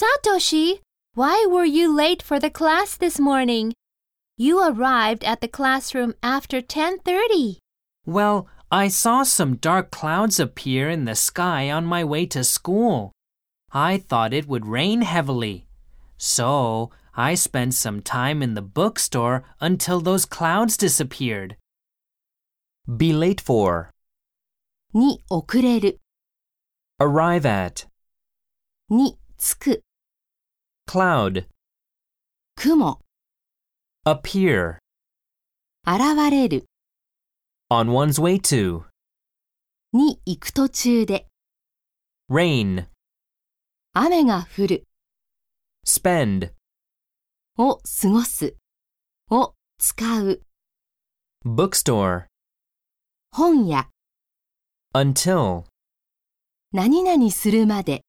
Satoshi, why were you late for the class this morning? You arrived at the classroom after 10:30. Well, I saw some dark clouds appear in the sky on my way to school. I thought it would rain heavily. So, I spent some time in the bookstore until those clouds disappeared. Be late for. に遅れる、 Arrive at. につく、 Cloud. 雲、 Appear. 現れる、 On one's way to. に行く途中で、 Rain. 雨が降る、 Spend. を過ごす、を使う、 Bookstore. 本や、 Until. 何々するまで。